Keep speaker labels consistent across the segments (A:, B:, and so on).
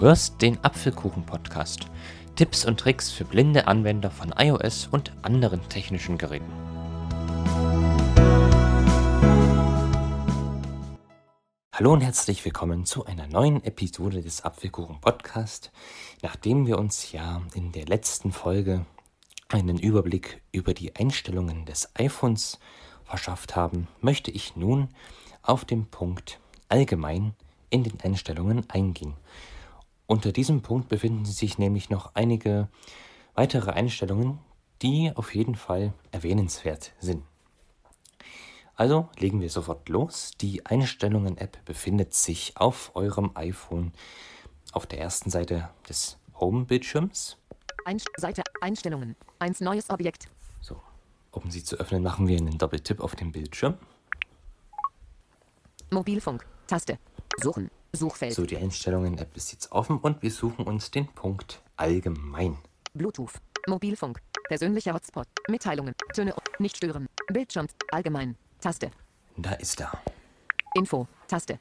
A: hörst den Apfelkuchen-Podcast. Tipps und Tricks für blinde Anwender von iOS und anderen technischen Geräten. Hallo und herzlich willkommen zu einer neuen Episode des Apfelkuchen-Podcast. Nachdem wir uns ja in der letzten Folge einen Überblick über die Einstellungen des iPhones verschafft haben, möchte ich nun auf den Punkt allgemein in den Einstellungen eingehen. Unter diesem Punkt befinden sich nämlich noch einige weitere Einstellungen, die auf jeden Fall erwähnenswert sind. Also legen wir sofort los. Die Einstellungen-App befindet sich auf eurem iPhone auf der ersten Seite des Home-Bildschirms.
B: Einst Seite Einstellungen. Eins neues Objekt.
A: So, um sie zu öffnen, machen wir einen Doppeltipp auf den Bildschirm.
B: Mobilfunk. Taste. Suchen. Suchfeld.
A: So, die Einstellungen-App ist jetzt offen und wir suchen uns den Punkt allgemein.
B: Bluetooth. Mobilfunk. Persönlicher Hotspot. Mitteilungen. Töne. Nicht stören. Bildschirm. Allgemein. Taste.
A: Da ist er.
B: Info. Taste.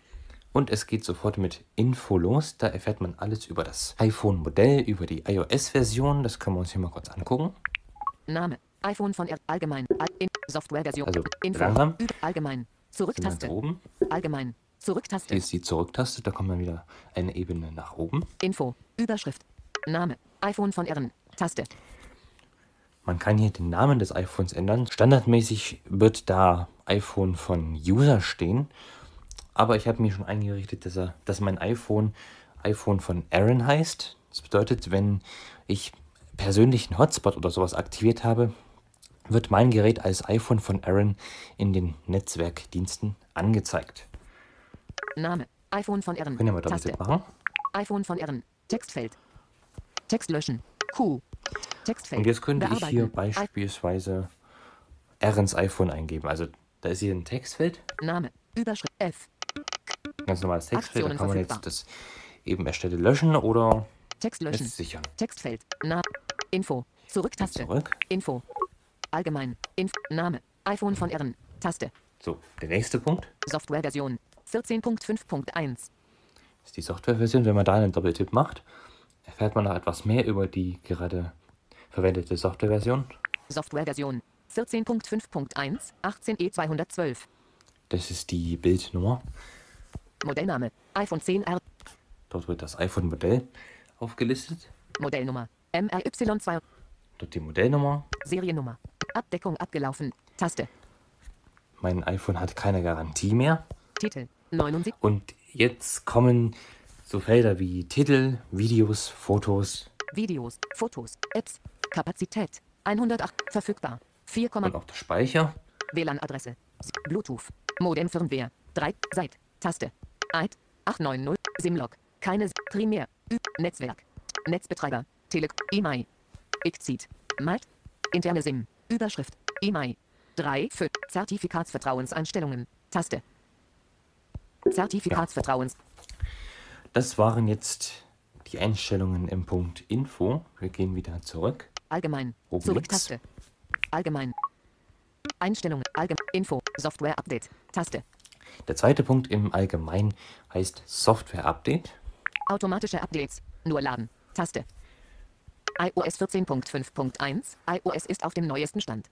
A: Und es geht sofort mit Info los. Da erfährt man alles über das iPhone-Modell, über die iOS-Version. Das können wir uns hier mal kurz angucken.
B: Name. iPhone von R. Allgemein. All in Softwareversion.
A: Also,
B: Info.
A: langsam.
B: Üb- Allgemein.
A: Sind wir jetzt
B: Zurücktaste.
A: oben.
B: Allgemein. Zurücktaste.
A: Hier ist die Zurücktaste. Da kommt man wieder eine Ebene nach oben.
B: Info. Überschrift. Name. iPhone von Irren. Taste.
A: Man kann hier den Namen des iPhones ändern. Standardmäßig wird da iPhone von User stehen. Aber ich habe mir schon eingerichtet, dass, er, dass mein iPhone iPhone von Aaron heißt. Das bedeutet, wenn ich persönlich einen Hotspot oder sowas aktiviert habe, wird mein Gerät als iPhone von Aaron in den Netzwerkdiensten angezeigt.
B: Name. iPhone von Irren.
A: Können wir mal
B: Taste.
A: damit machen.
B: iPhone von Irren. Textfeld. Text löschen. Q. Textfeld.
A: Und jetzt könnte ich hier
B: Bearbeiten.
A: beispielsweise Aarons iPhone eingeben. Also da ist hier ein Textfeld.
B: I- Name. Überschrift. F.
A: Ganz normales Textfeld, da
B: Aktionen
A: kann man jetzt
B: verfügbar.
A: das eben erstellte löschen oder
B: Text löschen.
A: es sichern.
B: Textfeld. Na Info. Zurücktaste.
A: Zurück.
B: Info. Allgemein. Inf Name. iPhone von Irren. Taste.
A: So, der nächste Punkt
B: Softwareversion. 14.5.1.
A: ist die Softwareversion. Wenn man da einen Doppeltipp macht, erfährt man noch etwas mehr über die gerade verwendete Softwareversion.
B: Softwareversion. 14.5.1. E 18E212.
A: Das ist die Bildnummer.
B: Modellname. iPhone 10R.
A: Dort wird das iPhone-Modell aufgelistet.
B: Modellnummer. MRY2.
A: Dort die Modellnummer.
B: Seriennummer. Abdeckung abgelaufen. Taste.
A: Mein iPhone hat keine Garantie mehr.
B: Titel. 79.
A: Und jetzt kommen so Felder wie Titel, Videos, Fotos
B: Videos. Fotos. Apps. Kapazität. 108. Verfügbar. 4,
A: und auch der Speicher.
B: WLAN-Adresse. Bluetooth. Modem-Firmware. 3. Seit. Taste. Eid. 890. Simlog. Keine. S- Primär. Ü. Netzwerk. Netzbetreiber. Tele. E-Mail. Exit. Malt. Interne SIM. Überschrift. E-Mail. 3. 5. Zertifikatsvertrauenseinstellungen. Taste. Zertifikatsvertrauens.
A: Das waren jetzt die Einstellungen im Punkt Info. Wir gehen wieder zurück.
B: Allgemein.
A: Oben
B: Zurücktaste. Allgemein. Einstellungen. Allgemein. Info. Software Update. Taste.
A: Der zweite Punkt im Allgemeinen heißt Software Update.
B: Automatische Updates. Nur laden. Taste. iOS 14.5.1. iOS ist auf dem neuesten Stand.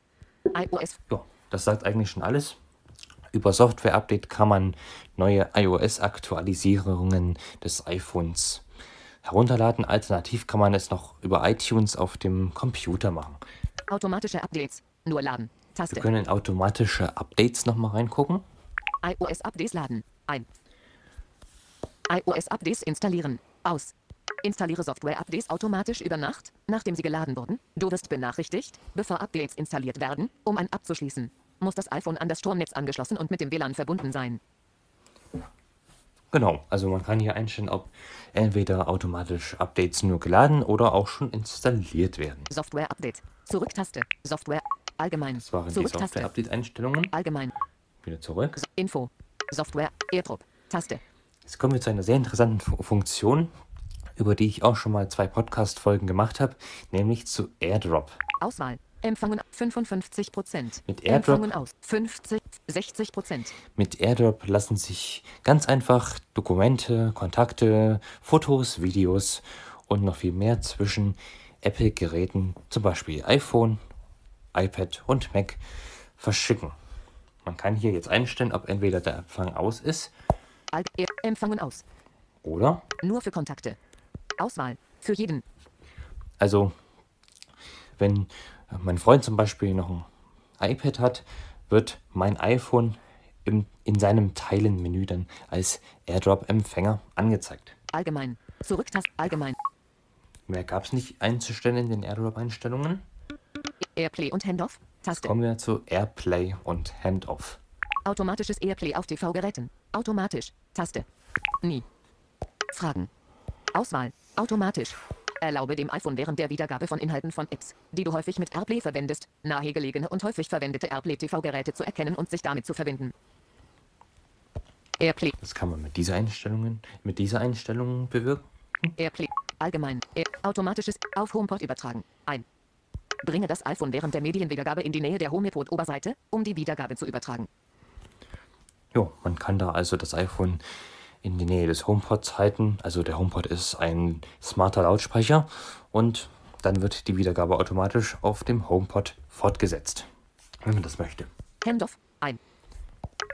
B: iOS.
A: Ja, das sagt eigentlich schon alles. Über Software Update kann man neue iOS-Aktualisierungen des iPhones herunterladen. Alternativ kann man es noch über iTunes auf dem Computer machen.
B: Automatische Updates. Nur laden. Taste.
A: Wir können in automatische Updates nochmal reingucken.
B: iOS Updates laden. Ein. iOS Updates installieren. Aus. Installiere Software Updates automatisch über Nacht, nachdem sie geladen wurden. Du wirst benachrichtigt, bevor Updates installiert werden, um ein abzuschließen. Muss das iPhone an das Stromnetz angeschlossen und mit dem WLAN verbunden sein.
A: Genau, also man kann hier einstellen, ob entweder automatisch Updates nur geladen oder auch schon installiert werden.
B: Software Update. Zurücktaste. Software. Allgemein.
A: Das waren die
B: Zurücktaste.
A: Software-Update-Einstellungen.
B: Allgemein.
A: Wieder zurück.
B: Info. Software. AirDrop. Taste.
A: Jetzt kommen wir zu einer sehr interessanten Fu- Funktion, über die ich auch schon mal zwei Podcast-Folgen gemacht habe, nämlich zu AirDrop.
B: Auswahl. Empfangen 55 Prozent.
A: Mit AirDrop?
B: Empfangen aus 50, 60 Prozent.
A: Mit AirDrop lassen sich ganz einfach Dokumente, Kontakte, Fotos, Videos und noch viel mehr zwischen Apple-Geräten, zum Beispiel iPhone, iPad und Mac, verschicken. Man kann hier jetzt einstellen, ob entweder der Empfang aus ist
B: Alt Air Empfangen aus.
A: oder
B: Nur für Kontakte. Auswahl. Für jeden.
A: Also, wenn mein Freund zum Beispiel noch ein iPad hat, wird mein iPhone im, in seinem Teilen-Menü dann als AirDrop-Empfänger angezeigt.
B: Allgemein. Zurücktast. Allgemein.
A: Mehr gab es nicht einzustellen in den AirDrop-Einstellungen.
B: Airplay und Handoff. Taste.
A: Kommen wir zu AirPlay und Handoff.
B: Automatisches Airplay auf TV-Geräten. Automatisch. Taste. Nie. Fragen. Auswahl. Automatisch. Erlaube dem iPhone während der Wiedergabe von Inhalten von Apps, die du häufig mit AirPlay verwendest, nahegelegene und häufig verwendete AirPlay TV-Geräte zu erkennen und sich damit zu verbinden. AirPlay.
A: Das kann man mit dieser Einstellungen, mit dieser Einstellung bewirken.
B: AirPlay. Allgemein. Air automatisches auf HomePod übertragen. Ein. Bringe das iPhone während der Medienwiedergabe in die Nähe der HomePod-Oberseite, um die Wiedergabe zu übertragen.
A: Jo, man kann da also das iPhone in die Nähe des HomePods halten. Also der HomePod ist ein smarter Lautsprecher und dann wird die Wiedergabe automatisch auf dem HomePod fortgesetzt, wenn man das möchte.
B: Handoff ein.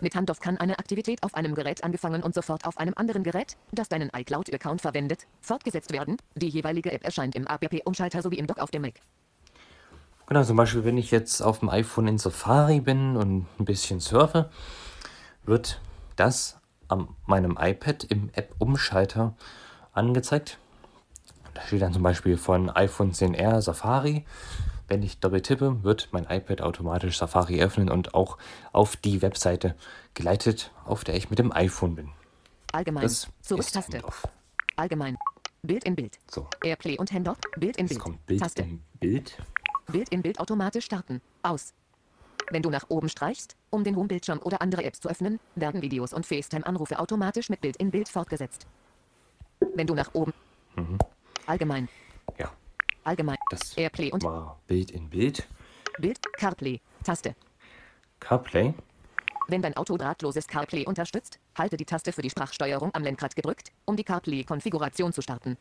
B: Mit Handoff kann eine Aktivität auf einem Gerät angefangen und sofort auf einem anderen Gerät, das deinen iCloud-Account verwendet, fortgesetzt werden. Die jeweilige App erscheint im APP-Umschalter sowie im Dock auf dem Mac.
A: Genau, zum Beispiel, wenn ich jetzt auf dem iPhone in Safari bin und ein bisschen surfe, wird das an meinem iPad im App-Umschalter angezeigt. Da steht dann zum Beispiel von iPhone 10R Safari. Wenn ich doppelt tippe, wird mein iPad automatisch Safari öffnen und auch auf die Webseite geleitet, auf der ich mit dem iPhone bin.
B: Allgemein.
A: Das ist
B: Zurücktaste.
A: Handoff.
B: Allgemein. Bild in Bild.
A: So,
B: Airplay und Handoff. Bild in
A: jetzt
B: Bild.
A: kommt Bild
B: Taste.
A: im Bild.
B: Bild in Bild automatisch starten. Aus. Wenn du nach oben streichst, um den Homebildschirm oder andere Apps zu öffnen, werden Videos und FaceTime-Anrufe automatisch mit Bild in Bild fortgesetzt. Wenn du nach oben. Allgemein.
A: Ja,
B: Allgemein.
A: Mhm. das
B: Airplay und
A: war Bild in Bild.
B: Bild, CarPlay, Taste.
A: CarPlay.
B: Wenn dein Auto drahtloses CarPlay unterstützt, halte die Taste für die Sprachsteuerung am Lenkrad gedrückt, um die CarPlay-Konfiguration zu starten.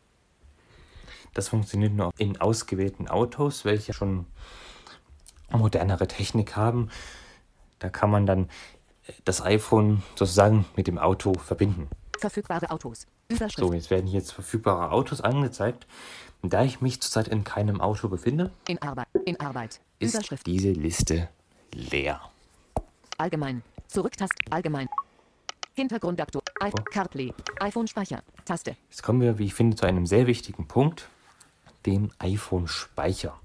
A: Das funktioniert nur in ausgewählten Autos, welche schon modernere Technik haben. Da kann man dann äh, das iPhone sozusagen mit dem Auto verbinden.
B: Verfügbare Autos.
A: So,
B: Überschrift.
A: jetzt werden hier jetzt verfügbare Autos angezeigt. Und da ich mich zurzeit in keinem Auto befinde,
B: In Arbeit. In Arbeit.
A: ist
B: Überschrift.
A: diese Liste leer.
B: Allgemein. Zurücktast. Allgemein. Hintergrundaktor. I
A: Oh.
B: CarPlay. iPhone-Speicher. Taste.
A: Jetzt kommen wir, wie ich finde, zu einem sehr wichtigen Punkt, dem iPhone-Speicher.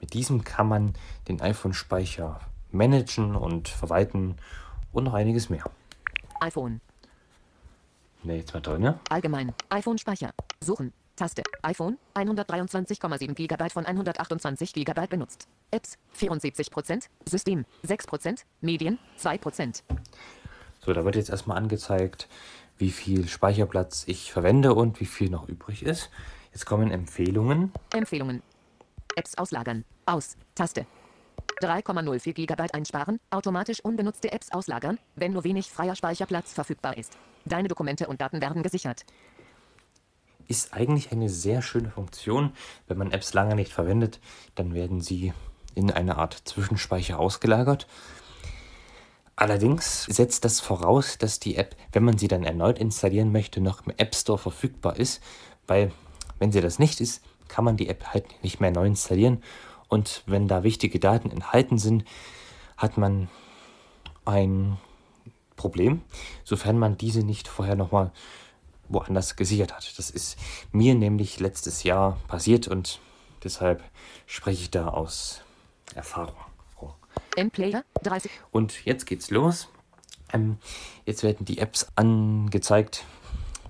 A: Mit diesem kann man den iPhone-Speicher managen und verwalten und noch einiges mehr.
B: iPhone.
A: Ne, jetzt mal toll, ne?
B: Allgemein. iPhone-Speicher. Suchen. Taste. iPhone. 123,7 GB von 128 GB benutzt. Apps. 74%. System. 6%. Medien. 2%.
A: So, da wird jetzt erstmal angezeigt, wie viel Speicherplatz ich verwende und wie viel noch übrig ist. Jetzt kommen Empfehlungen.
B: Empfehlungen. Apps auslagern. Aus. Taste. 3,04 GB einsparen, automatisch unbenutzte Apps auslagern, wenn nur wenig freier Speicherplatz verfügbar ist. Deine Dokumente und Daten werden gesichert.
A: Ist eigentlich eine sehr schöne Funktion. Wenn man Apps lange nicht verwendet, dann werden sie in eine Art Zwischenspeicher ausgelagert. Allerdings setzt das voraus, dass die App, wenn man sie dann erneut installieren möchte, noch im App Store verfügbar ist, weil wenn sie das nicht ist, kann man die App halt nicht mehr neu installieren und wenn da wichtige Daten enthalten sind, hat man ein Problem, sofern man diese nicht vorher nochmal woanders gesichert hat. Das ist mir nämlich letztes Jahr passiert und deshalb spreche ich da aus Erfahrung.
B: M-Player, 30.
A: Und jetzt geht's los. Ähm, jetzt werden die Apps angezeigt,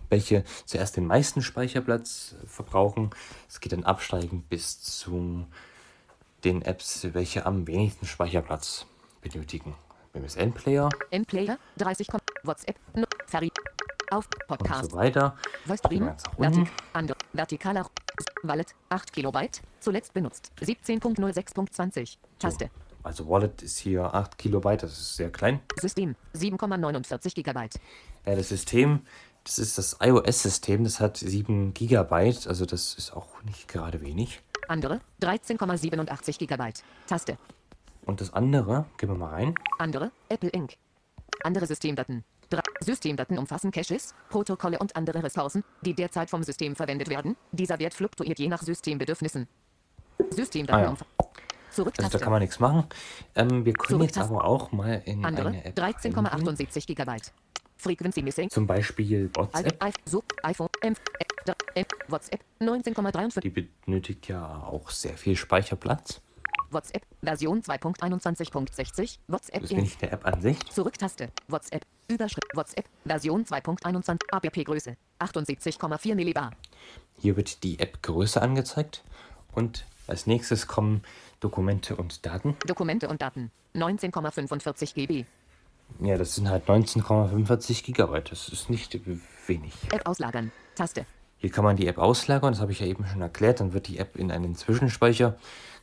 A: welche zuerst den meisten Speicherplatz verbrauchen. Es geht dann absteigend bis zu den Apps, welche am wenigsten Speicherplatz benötigen. MSN-Player
B: M-Player, 30. Kom- WhatsApp, no, Ferry. Auf
A: und so
B: Podcast.
A: weiter.
B: Voice
A: Gehen wir
B: Stream.
A: jetzt nach unten.
B: Vertik andere, vertikaler Wallet 8 Kilobyte. Zuletzt benutzt 17.06.20. Taste.
A: Also Wallet ist hier 8 Kilobyte, das ist sehr klein.
B: System 7,49 Gigabyte.
A: Ja, das System, das ist das iOS-System, das hat 7 Gigabyte, also das ist auch nicht gerade wenig.
B: Andere 13,87 Gigabyte. Taste.
A: Und das andere, gehen wir mal rein.
B: Andere Apple Inc. Andere Systemdaten. Dra- Systemdaten umfassen Caches, Protokolle und andere Ressourcen, die derzeit vom System verwendet werden. Dieser Wert fluktuiert je nach Systembedürfnissen. Systemdaten
A: Ah ja.
B: umfassen. Zurück
A: Also da
B: Taste.
A: kann man nichts machen. Ähm, wir können jetzt
B: Zurücktasten.
A: aber auch mal in
B: Andere
A: eine App reingehen.
B: 13,78 Gigabyte. Frequency missing.
A: Zum Beispiel
B: I-
A: WhatsApp.
B: I- so, iPhone, M, Ä- da- M, WhatsApp, 19,53,
A: Die benötigt ja auch sehr viel Speicherplatz.
B: WhatsApp, Version 2.21.60, WhatsApp,
A: Das
B: in,
A: bin ich der App an sich.
B: Zurücktaste, WhatsApp, Überschrift, WhatsApp, Version 2.21, APP-Größe, 78,4 Millibar,
A: Hier wird die App-Größe angezeigt. Und als nächstes kommen Dokumente und Daten.
B: Dokumente und Daten, 19,45 GB,
A: Ja, das sind halt 19,45 Gigabyte. Das ist nicht wenig.
B: App auslagern, Taste,
A: Hier kann man die App auslagern, das habe ich ja eben schon erklärt. Dann wird die App in einen Zwischenspeicher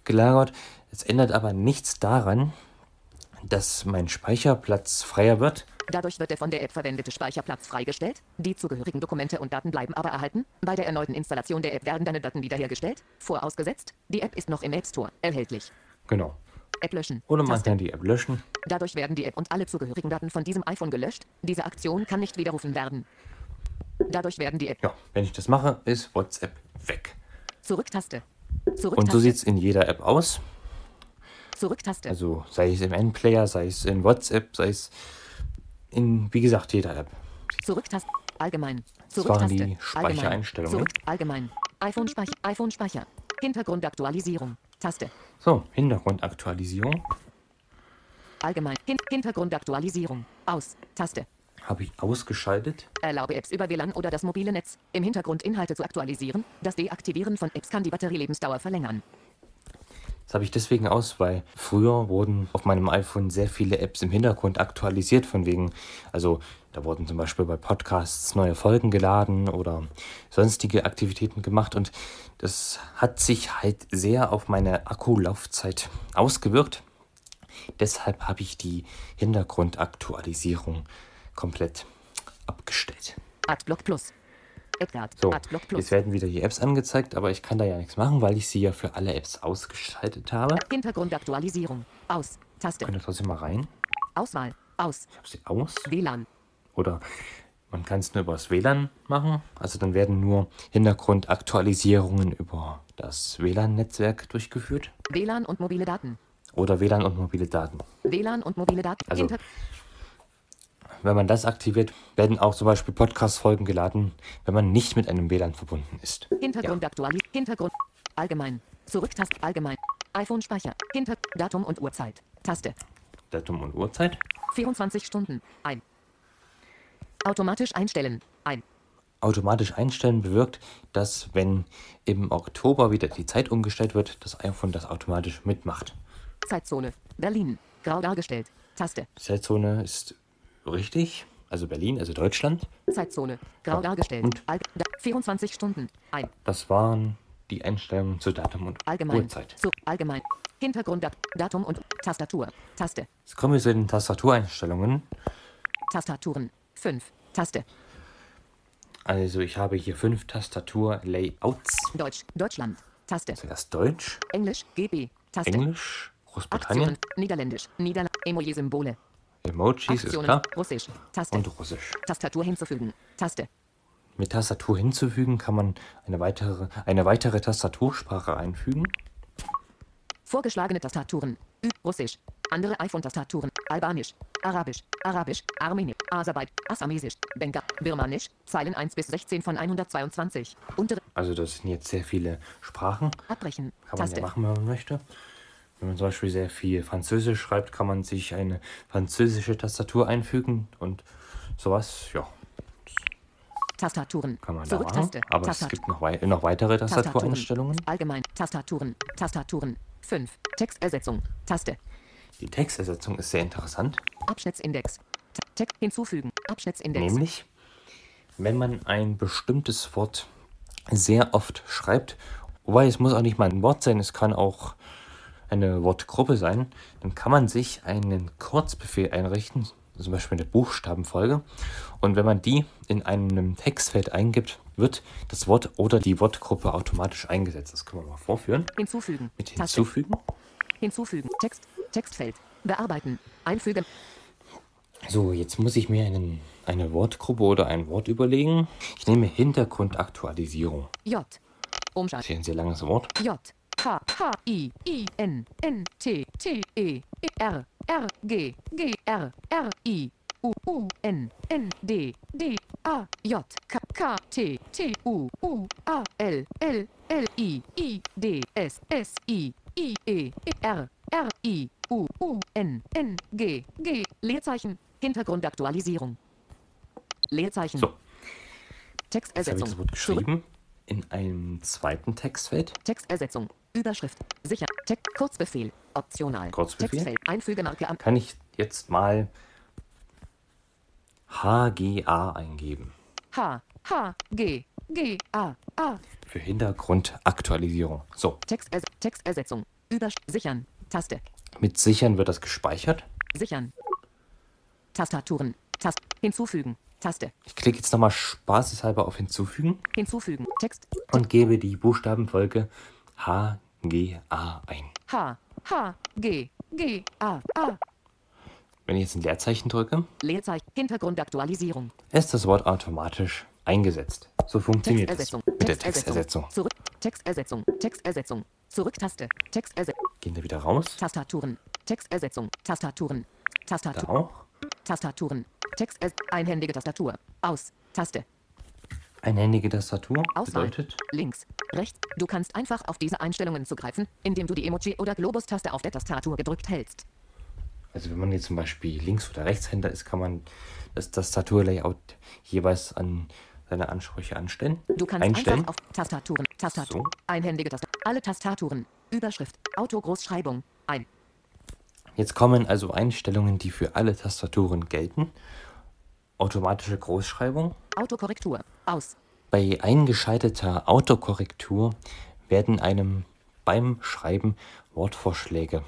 A: gelagert. Es ändert aber nichts daran, dass mein Speicherplatz freier wird.
B: Dadurch wird der von der App verwendete Speicherplatz freigestellt. Die zugehörigen Dokumente und Daten bleiben aber erhalten. Bei der erneuten Installation der App werden deine Daten wiederhergestellt. Vorausgesetzt, die App ist noch im App Store erhältlich.
A: Genau.
B: App löschen.
A: Oder man
B: Taste.
A: kann die App löschen.
B: Dadurch werden die App und alle zugehörigen Daten von diesem iPhone gelöscht. Diese Aktion kann nicht widerrufen werden. Dadurch werden die App
A: Ja, wenn ich das mache, ist WhatsApp weg.
B: Zurücktaste. Zurücktaste.
A: Und so sieht es in jeder App aus.
B: Zurücktaste.
A: Also sei es im Endplayer, sei es in WhatsApp, sei es in, wie gesagt, jeder App.
B: Zurücktaste. Allgemein.
A: waren
B: Zurücktaste.
A: die Speichereinstellungen. ne?
B: Allgemein. Zurück. Allgemein. iPhone Speicher. iPhone Speicher. Hintergrundaktualisierung. Taste.
A: So, Hintergrundaktualisierung
B: Allgemein. Hin Hintergrundaktualisierung. Aus. Taste.
A: habe ich ausgeschaltet.
B: Erlaube Apps über WLAN oder das mobile Netz, im Hintergrund Inhalte zu aktualisieren. Das Deaktivieren von Apps kann die Batterielebensdauer verlängern.
A: Das habe ich deswegen aus, weil früher wurden auf meinem iPhone sehr viele Apps im Hintergrund aktualisiert, von wegen, also da wurden zum Beispiel bei Podcasts neue Folgen geladen oder sonstige Aktivitäten gemacht und das hat sich halt sehr auf meine Akkulaufzeit ausgewirkt. Deshalb habe ich die Hintergrundaktualisierung komplett abgestellt.
B: Adblock Plus. Edgard.
A: So,
B: Adblock
A: jetzt
B: Plus.
A: werden wieder die Apps angezeigt, aber ich kann da ja nichts machen, weil ich sie ja für alle Apps ausgeschaltet habe.
B: Hintergrundaktualisierung. Aus. Taste.
A: Könnt ihr trotzdem mal rein?
B: Auswahl. Aus.
A: Ich habe sie aus.
B: WLAN.
A: Oder man kann es nur über das WLAN machen. Also dann werden nur Hintergrundaktualisierungen über das WLAN-Netzwerk durchgeführt.
B: WLAN und mobile Daten.
A: Oder WLAN und mobile Daten.
B: WLAN und mobile Daten.
A: Also- Wenn man das aktiviert, werden auch zum Beispiel Podcast-Folgen geladen, wenn man nicht mit einem WLAN verbunden ist.
B: Hintergrund aktuali- Hintergrund. Allgemein. Zurücktaste. Allgemein. iPhone Speicher. Hinter. Datum und Uhrzeit. Taste.
A: Datum und Uhrzeit.
B: 24 Stunden. Ein. Automatisch einstellen. Ein.
A: Automatisch einstellen bewirkt, dass wenn im Oktober wieder die Zeit umgestellt wird, das iPhone das automatisch mitmacht.
B: Zeitzone. Berlin. Grau dargestellt. Taste.
A: Zeitzone ist richtig, also Berlin, also Deutschland.
B: Zeitzone. Grau dargestellt.
A: und?
B: All, da, 24 Stunden. Ein.
A: Das waren die Einstellungen zu Datum und
B: Allgemein.
A: Uhrzeit.
B: Zu, allgemein. Hintergrund. Dat, Datum und Tastatur. Taste.
A: Jetzt kommen wir zu den Tastatureinstellungen.
B: Tastaturen. 5. Taste.
A: Also ich habe hier fünf Tastatur-Layouts.
B: Deutsch. Deutschland. Taste.
A: Zuerst Deutsch,
B: Englisch. GB. Taste.
A: Englisch,
B: Aktionen.
A: Großbritannien,
B: Niederländisch. Niederland. Emoji-Symbole.
A: Emojis ist
B: Aktionen.
A: klar
B: Russisch. Taste.
A: und Russisch.
B: Tastatur hinzufügen. Taste.
A: Mit Tastatur hinzufügen kann man eine weitere, eine weitere Tastatursprache einfügen.
B: Vorgeschlagene Tastaturen. Ü Russisch. Andere iPhone-Tastaturen. Albanisch. Arabisch. Arabisch. Armenisch. Aserbaid. Assamesisch. Bengal. Birmanisch. Zeilen 1 bis 16 von 122. Untere.
A: Also das sind jetzt sehr viele Sprachen.
B: Abbrechen.
A: Kann man
B: Taste.
A: ja machen, wenn man möchte. Wenn man zum Beispiel sehr viel Französisch schreibt, kann man sich eine französische Tastatur einfügen und sowas. Ja,
B: Tastaturen.
A: kann man da machen.
B: Zurücktaste.
A: Aber es
B: Tastat-
A: gibt noch, wei noch weitere Tastatureinstellungen.
B: Allgemein. Tastaturen. Tastaturen. 5. Textersetzung. Taste.
A: Die Textersetzung ist sehr interessant.
B: Abschnittsindex. Ta- Text hinzufügen. Abschnittsindex.
A: Nämlich, wenn man ein bestimmtes Wort sehr oft schreibt. Wobei es muss auch nicht mal ein Wort sein, es kann auch eine Wortgruppe sein. Dann kann man sich einen Kurzbefehl einrichten, zum Beispiel eine Buchstabenfolge. Und wenn man die in einem Textfeld eingibt, wird das Wort oder die Wortgruppe automatisch eingesetzt. Das können wir mal vorführen.
B: Hinzufügen.
A: Mit
B: Taste.
A: hinzufügen.
B: Hinzufügen. Text. Textfeld. Bearbeiten. Einfügen.
A: So, jetzt muss ich mir einen, eine Wortgruppe oder ein Wort überlegen. Ich nehme Hintergrundaktualisierung.
B: J.
A: Das ist
B: Umschalten.
A: ja ein sehr langes Wort.
B: J. H. H. I. I. N. N. T. T. E. E. R. R. G. G. R. R. I. U. U. N. N. D. D. A. J. K. K. T. T. U. U. A. L. L. L. I. I. D. S. S. I. I. E. E. R. R. I. U. U. N. N. G. G. Leerzeichen. Hintergrundaktualisierung. Leerzeichen.
A: So. Jetzt habe ich
B: Textersetzung.
A: das Wort
B: Zurück.
A: geschrieben. In einem zweiten Textfeld.
B: Textersetzung. Überschrift. Sicher. Text. Kurzbefehl. Optional.
A: Kurzbefehl?
B: Textfeld. Einfügemarke am.
A: kann ich jetzt mal HGA eingeben
B: H. H. G. G. A. A.
A: für Hintergrundaktualisierung. So,
B: Texters Textersetzung. Übersch. Sichern. Taste.
A: mit sichern wird das gespeichert.
B: Sichern. Tastaturen. Tast. Hinzufügen. Taste.
A: Ich klicke jetzt nochmal spaßeshalber auf hinzufügen
B: Hinzufügen. Text.
A: und gebe die Buchstabenfolge HGA ein.
B: H. H. G. G. A. A.
A: Wenn ich jetzt ein Leerzeichen drücke,
B: Leerzeichen. Hintergrundaktualisierung.
A: ist das Wort automatisch eingesetzt. So funktioniert das
B: Textersetzung.
A: mit der Textersetzung.
B: Zurück. Textersetzung. Textersetzung. Zurücktaste. Textersetzung.
A: Gehen wir wieder raus.
B: Tastaturen. Textersetzung. Tastaturen.
A: Da
B: Tastaturen.
A: auch.
B: Tastaturen. Text als einhändige Tastatur. Aus. Taste.
A: Einhändige Tastatur
B: Auswahl.
A: bedeutet
B: Links. Rechts. Du kannst einfach auf diese Einstellungen zugreifen, indem du die Emoji- oder Globus-Taste auf der Tastatur gedrückt hältst.
A: Also wenn man jetzt zum Beispiel Links- oder Rechtshänder ist, kann man das Tastaturlayout jeweils an seine Ansprüche anstellen.
B: Du kannst
A: einstellen.
B: einfach auf Tastaturen. Tastatur.
A: So.
B: Einhändige Tastatur. Alle Tastaturen. Überschrift. Autogroßschreibung. Ein.
A: Jetzt kommen also Einstellungen, die für alle Tastaturen gelten. Automatische Großschreibung.
B: Autokorrektur. Aus.
A: Bei eingeschalteter Autokorrektur werden einem beim Schreiben Wortvorschläge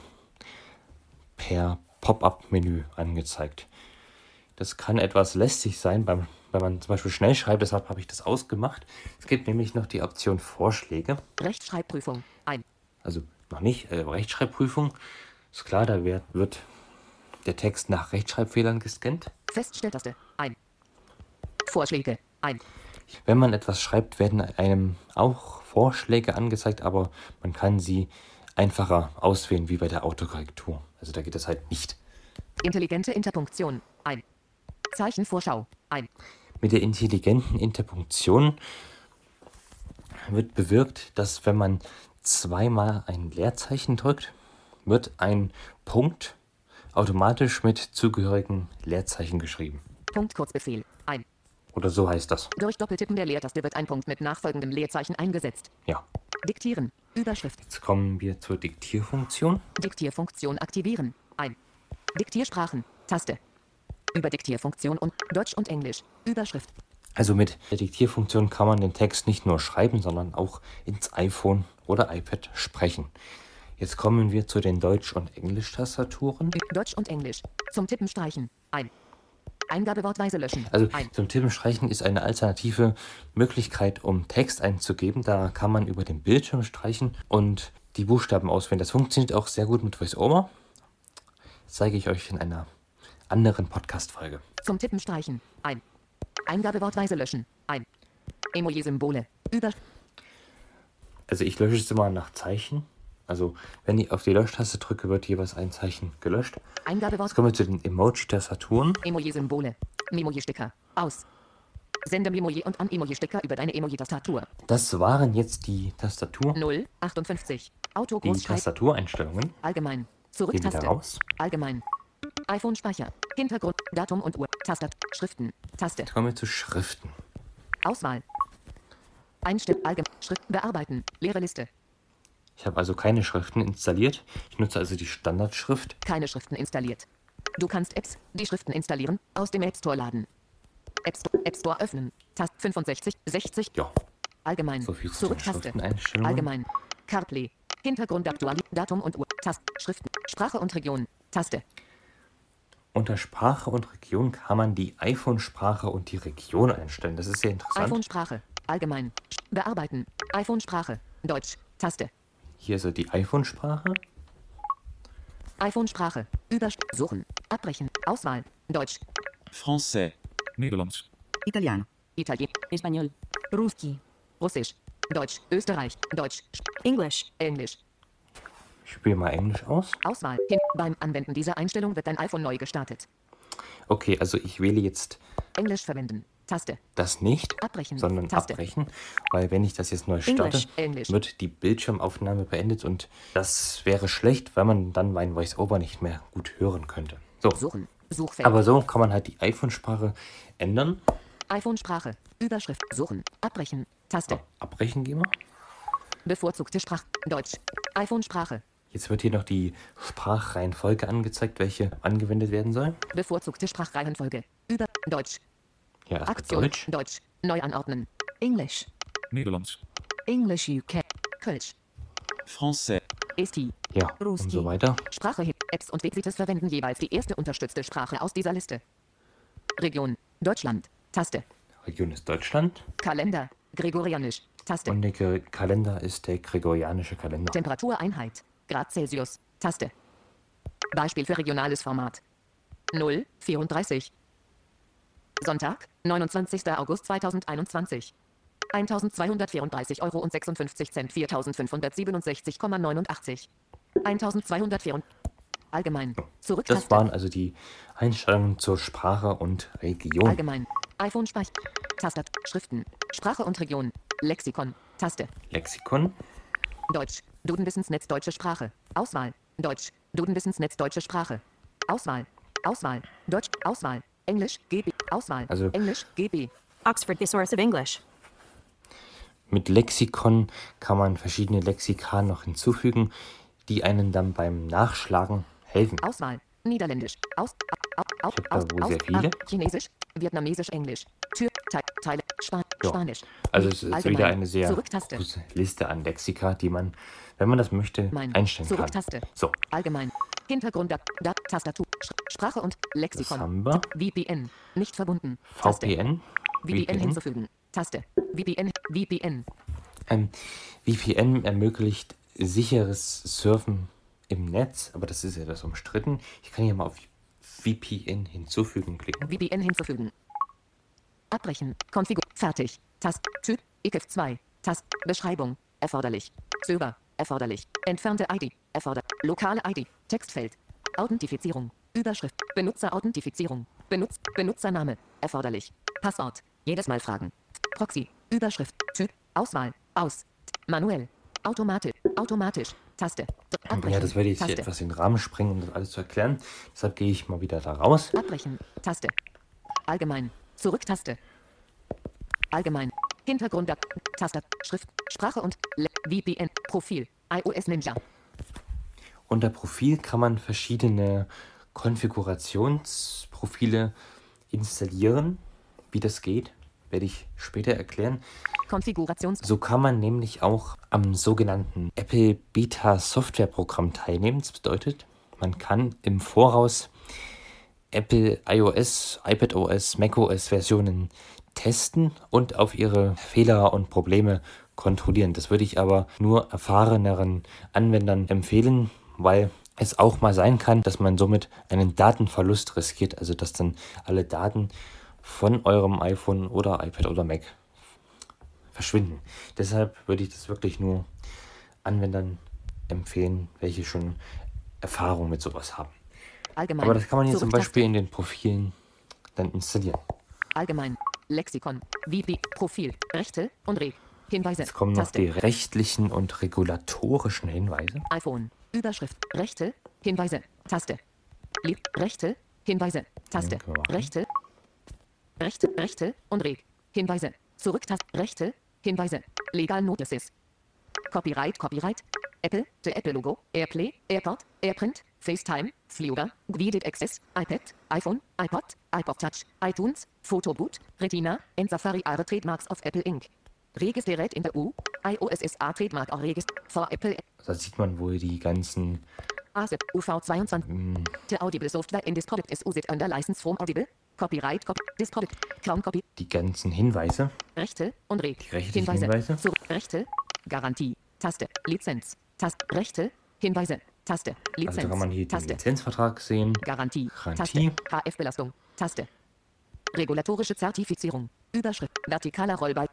A: per Pop-up-Menü angezeigt. Das kann etwas lästig sein, beim, wenn man zum Beispiel schnell schreibt, deshalb habe ich das ausgemacht. Es gibt nämlich noch die Option Vorschläge,
B: Rechtschreibprüfung. Ein.
A: also noch nicht, äh, Rechtschreibprüfung. Ist klar, da wird, wird der Text nach Rechtschreibfehlern gescannt.
B: Feststelltaste. Ein. Vorschläge. Ein.
A: Wenn man etwas schreibt, werden einem auch Vorschläge angezeigt, aber man kann sie einfacher auswählen wie bei der Autokorrektur. Also da geht das halt nicht.
B: Intelligente Interpunktion. Ein. Zeichenvorschau. Ein.
A: Mit der intelligenten Interpunktion wird bewirkt, dass wenn man zweimal ein Leerzeichen drückt, wird ein Punkt automatisch mit zugehörigen Leerzeichen geschrieben.
B: Punkt Kurzbefehl. Ein.
A: Oder so heißt das.
B: Durch Doppeltippen der Leertaste wird ein Punkt mit nachfolgendem Leerzeichen eingesetzt.
A: Ja.
B: Diktieren. Überschrift.
A: Jetzt kommen wir zur Diktierfunktion.
B: Diktierfunktion aktivieren. Ein. Diktiersprachen. Taste. Über Diktierfunktion und Deutsch und Englisch. Überschrift.
A: Also mit der Diktierfunktion kann man den Text nicht nur schreiben, sondern auch ins iPhone oder iPad sprechen. Jetzt kommen wir zu den Deutsch- und Englisch-Tastaturen.
B: Deutsch und Englisch. Zum Tippen streichen. Ein. Eingabewortweise löschen.
A: Also
B: ein.
A: zum Tippen streichen ist eine alternative Möglichkeit, um Text einzugeben. Da kann man über den Bildschirm streichen und die Buchstaben auswählen. Das funktioniert auch sehr gut mit VoiceOver. Das zeige ich euch in einer anderen Podcast-Folge.
B: Zum Tippen streichen. Ein. Eingabewortweise löschen. Ein. Emoji-Symbole. Über.
A: Also ich lösche es immer nach Zeichen. Also wenn ich auf die Löschtaste drücke, wird jeweils ein Zeichen gelöscht. Jetzt
B: Eingabewort.
A: kommen wir zu den Emoji-Tastaturen.
B: Emoji-Symbole. Memoji-Sticker. Aus. Sende Memoji und an Emoji-Sticker über deine Emoji-Tastatur.
A: Das waren jetzt die Tastatur,
B: 0, 58. Auto
A: die
B: Großschreib.
A: Tastatureinstellungen.
B: Allgemein.
A: Gehen wieder
B: Zurücktaste.
A: raus.
B: Allgemein. iPhone-Speicher. Hintergrund. Datum und Uhr. Tastatur. Schriften. Taste.
A: Jetzt kommen wir zu Schriften.
B: Auswahl. Einstellung. Allgemein. Schrift. Bearbeiten. Leere Liste.
A: Ich habe also keine Schriften installiert. Ich nutze also die Standardschrift.
B: Keine Schriften installiert. Du kannst Apps, die Schriften installieren, aus dem App Store laden. App Store, App Store öffnen. Tast 65, 60.
A: Ja.
B: Allgemein.
A: Verfügst du
B: Zurücktaste.
A: Schrifteneinstellungen?
B: Allgemein. CarPlay. Hintergrund aktuell. Datum und Uhr. Taste. Schriften. Sprache und Region. Taste.
A: Unter Sprache und Region kann man die iPhone-Sprache und die Region einstellen. Das ist sehr interessant.
B: iPhone-Sprache. Allgemein. Bearbeiten. iPhone-Sprache. Deutsch. Taste.
A: Hier ist so die iPhone-Sprache.
B: iPhone-Sprache. Übersch. Suchen. Abbrechen. Auswahl. Deutsch.
C: Français.
D: Nederlands,
E: italiano,
B: Italienisch.
E: español, ruski,
B: Russisch. Deutsch. Österreich. Deutsch.
E: English,
B: Englisch.
A: Ich spiele mal Englisch aus.
B: Auswahl. Hin. Beim Anwenden dieser Einstellung wird dein iPhone neu gestartet.
A: Okay, also ich wähle jetzt
B: Englisch verwenden. Taste.
A: das nicht,
B: Abbrechen.
A: sondern
B: Taste.
A: abbrechen, weil wenn ich das jetzt neu starte,
E: Englisch.
B: Englisch.
A: wird die Bildschirmaufnahme beendet und das wäre schlecht, weil man dann mein Voice-Over nicht mehr gut hören könnte. So,
B: Suchen. Suchfeld.
A: aber so kann man halt die iPhone-Sprache ändern.
B: iPhone-Sprache. Überschrift. Suchen. Abbrechen. Taste.
A: So, abbrechen gehen wir.
B: Bevorzugte Sprache. Deutsch. iPhone-Sprache.
A: Jetzt wird hier noch die Sprachreihenfolge angezeigt, welche angewendet werden soll.
B: Bevorzugte Sprachreihenfolge. Über. Deutsch.
A: Ja, erstmal
B: Aktion.
A: Deutsch.
B: Deutsch. Neu anordnen.
E: English,
D: Nederlands,
E: English UK,
B: Kölsch.
C: Français.
B: Esti.
A: Ja,
E: Ruski.
A: und so weiter.
B: Sprache. Hin- Apps und Widgets verwenden jeweils die erste unterstützte Sprache aus dieser Liste. Region. Deutschland. Taste.
A: Region ist Deutschland
B: Kalender. Gregorianisch. Taste.
A: und der Ge- Kalender ist der gregorianische Kalender.
B: Temperatureinheit. Grad Celsius. Taste. Beispiel für regionales Format. 0, 34. Sonntag, 29. August 2021. 1234,56 Euro und 56 Cent 4567,89. 1204 Allgemein. Zurück.
A: Das waren also die Einstellungen zur Sprache und Region.
B: Allgemein. iPhone Speicher. Tastatur. Schriften. Sprache und Region. Lexikon. Taste.
A: Lexikon.
B: Deutsch. Dudenwissensnetz deutsche Sprache. Auswahl. Deutsch. Dudenwissensnetz deutsche Sprache. Auswahl. Auswahl. Deutsch. Auswahl. Englisch. GB. Auswahl.
A: Also-
B: Englisch. GB.
E: Oxford Thesaurus of English,
A: Mit Lexikon kann man verschiedene Lexika noch hinzufügen, die einen dann beim Nachschlagen helfen.
B: Auswahl. Niederländisch. Aus. Au, au,
A: Ich hab da
B: aus.
A: wohl
B: aus
A: sehr viele.
B: ah, Chinesisch. Vietnamesisch. Englisch. Tür. Te Teile. Span
A: Ja.
B: Spanisch.
A: Also es ist
B: Allgemein.
A: wieder eine sehr
B: Zurücktaste.
A: große Liste an Lexika, die man, wenn man das möchte,
B: Mein.
A: einstellen kann.
B: Zurücktaste.
A: So,
B: Allgemein. Hintergrund. Da, da, Tastatur. Sch Sprache und
A: das
B: Lexikon.
A: haben wir.
B: VPN. Nicht verbunden. Taste.
A: VPN.
B: VPN hinzufügen. Taste. VPN. VPN.
A: Ähm, VPN ermöglicht sicheres Surfen im Netz, aber das ist ja das umstritten. Ich kann hier mal auf VPN hinzufügen klicken.
B: VPN hinzufügen. Abbrechen. Konfigur. Fertig. Tast. Typ. IKEF 2. Tast. Beschreibung. Erforderlich. Server. Erforderlich. Entfernte ID. Erforder. Lokale ID. Textfeld. Authentifizierung. Überschrift. Benutzerauthentifizierung. Benutz. Benutzername. Erforderlich. Passwort. Jedes Mal fragen. Proxy. Überschrift. Typ. Auswahl. Aus. Manuell. Automatisch. Automatisch. Taste. Dr- Abbrechen.
A: Ja, das würde jetzt hier
B: Taste.
A: etwas den Rahmen sprengen, um das alles zu erklären. Deshalb gehe ich mal wieder da raus.
B: Abbrechen. Taste. Allgemein. Zurücktaste. Allgemein. Hintergrund. Taste. Schrift. Sprache und Le VPN. Profil. iOS Ninja.
A: Unter Profil kann man verschiedene Konfigurationsprofile installieren. Wie das geht, werde ich später erklären.
B: Konfigurations.
A: So kann man nämlich auch am sogenannten Apple Beta Software Programm teilnehmen. Das bedeutet, man kann im Voraus Apple iOS, iPadOS, macOS Versionen testen und auf ihre Fehler und Probleme kontrollieren. Das würde ich aber nur erfahreneren Anwendern empfehlen, weil es auch mal sein kann, dass man somit einen Datenverlust riskiert, also dass dann alle Daten von eurem iPhone oder iPad oder Mac verschwinden. Deshalb würde ich das wirklich nur Anwendern empfehlen, welche schon Erfahrung mit sowas haben.
B: Allgemein.
A: Aber das kann man jetzt zum
B: Zurücktaste.
A: Beispiel in den Profilen dann installieren.
B: Allgemein. Lexikon. VP. Profil. Rechte und Reg. Hinweise.
A: Jetzt kommen noch die rechtlichen und regulatorischen Hinweise.
B: iPhone. Überschrift. Rechte. Hinweise. Taste. Lieb. Rechte. Hinweise. Taste.
A: können wir machen.
B: Rechte. Rechte. Rechte. Und Reg. Hinweise. Zurücktaste. Rechte. Hinweise. Legal Notices. Copyright. Copyright. Apple. The Apple Logo. Airplay. Airport. Airprint. FaceTime. Flora. Guided Access. iPad. iPhone. iPod. iPod Touch. iTunes. Photoboot. Retina. And Safari are the trademarks of Apple Inc. Registriert in der EU. iOS SA Trademark auch Regist. For Apple.
A: Da sieht man wohl die ganzen
B: ASEP UV22. The Audible Software in this product is used under license from Audible. Copyright copy. This product. Crown copy.
A: die ganzen Hinweise.
B: Rechte und Reg.
A: Die rechtlichen Hinweise.
B: Zu Rechte. Garantie. Taste. Lizenz. Taste. Rechte. Hinweise. Taste. Lizenz.
A: Also kann man hier den
B: Taste.
A: Lizenzvertrag sehen.
B: Garantie.
A: Garantie.
B: Taste. HF-Belastung. Taste. Regulatorische Zertifizierung. Überschrift. Vertikaler Rollball.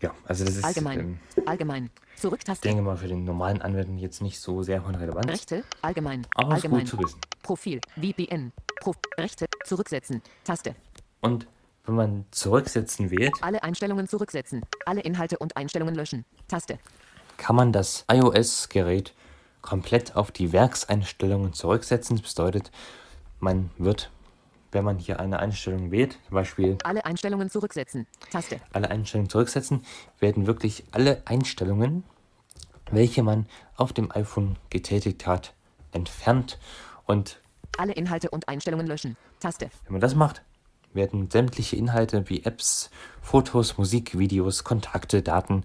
A: Ja, also das ist
B: Allgemein.
A: Ähm,
B: Allgemein.
A: ich
B: Zurücktaste.
A: denke mal für den normalen Anwender jetzt nicht so sehr von Relevanz.
B: Rechte. Allgemein.
A: Aber ist
B: allgemein.
A: gut zu wissen.
B: Profil. VPN. Pro Rechte. Zurücksetzen. Taste.
A: Und wenn man zurücksetzen wählt,
B: Alle Einstellungen zurücksetzen. Alle Inhalte und Einstellungen löschen. Taste.
A: kann man das iOS-Gerät komplett auf die Werkseinstellungen zurücksetzen. Das bedeutet, man wird, wenn man hier eine Einstellung wählt, zum Beispiel
B: Alle Einstellungen zurücksetzen. Taste.
A: alle Einstellungen zurücksetzen, werden wirklich alle Einstellungen, welche man auf dem iPhone getätigt hat, entfernt. Und
B: Alle Inhalte und Einstellungen löschen. Taste.
A: wenn man das macht, werden sämtliche Inhalte wie Apps, Fotos, Musik, Videos, Kontakte, Daten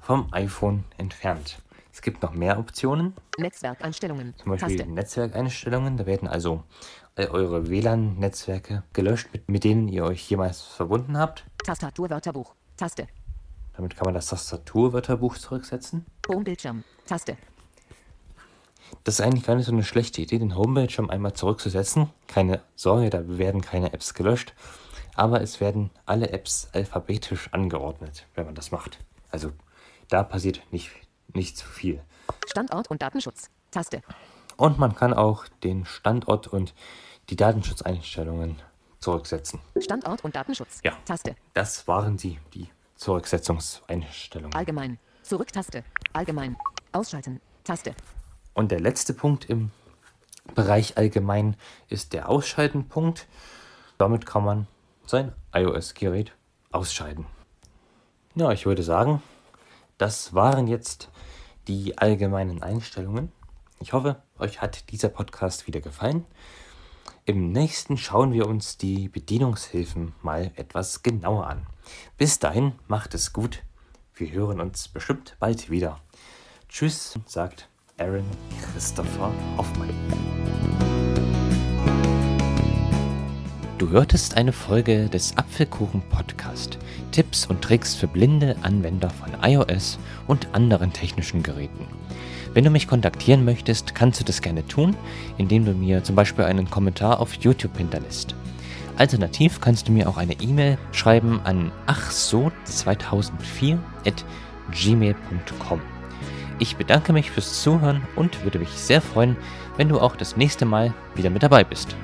A: vom iPhone entfernt. Es gibt noch mehr Optionen.
B: Netzwerkeinstellungen.
A: Zum Beispiel
B: Taste.
A: Netzwerkeinstellungen. Da werden also all eure WLAN-Netzwerke gelöscht, mit, mit denen ihr euch jemals verbunden habt.
B: Tastaturwörterbuch. Taste.
A: Damit kann man das Tastaturwörterbuch zurücksetzen.
B: Homebildschirm. Taste.
A: Das ist eigentlich gar nicht so eine schlechte Idee, den Homebildschirm einmal zurückzusetzen. Keine Sorge, da werden keine Apps gelöscht. Aber es werden alle Apps alphabetisch angeordnet, wenn man das macht. Also da passiert nicht, nicht zu viel.
B: Standort und Datenschutz. Taste.
A: Und man kann auch den Standort und die Datenschutzeinstellungen zurücksetzen.
B: Standort und Datenschutz.
A: Ja.
B: Taste.
A: Das waren sie, die Zurücksetzungseinstellungen.
B: Allgemein. Zurücktaste. Allgemein. Ausschalten. Taste.
A: Und der letzte Punkt im Bereich allgemein ist der Ausschaltenpunkt. Damit kann man sein iOS-Gerät ausschalten. Ja, ich würde sagen, das waren jetzt die allgemeinen Einstellungen. Ich hoffe, euch hat dieser Podcast wieder gefallen. Im nächsten schauen wir uns die Bedienungshilfen mal etwas genauer an. Bis dahin, macht es gut. Wir hören uns bestimmt bald wieder. Tschüss, sagt Aaron Christopher Hoffmann. Du hörtest eine Folge des Apfelkuchen Podcast. Tipps und Tricks für blinde Anwender von iOS und anderen technischen Geräten. Wenn du mich kontaktieren möchtest, kannst du das gerne tun, indem du mir zum Beispiel einen Kommentar auf YouTube hinterlässt. Alternativ kannst du mir auch eine E-Mail schreiben an achso2004 at gmail.com. Ich bedanke mich fürs Zuhören und würde mich sehr freuen, wenn du auch das nächste Mal wieder mit dabei bist.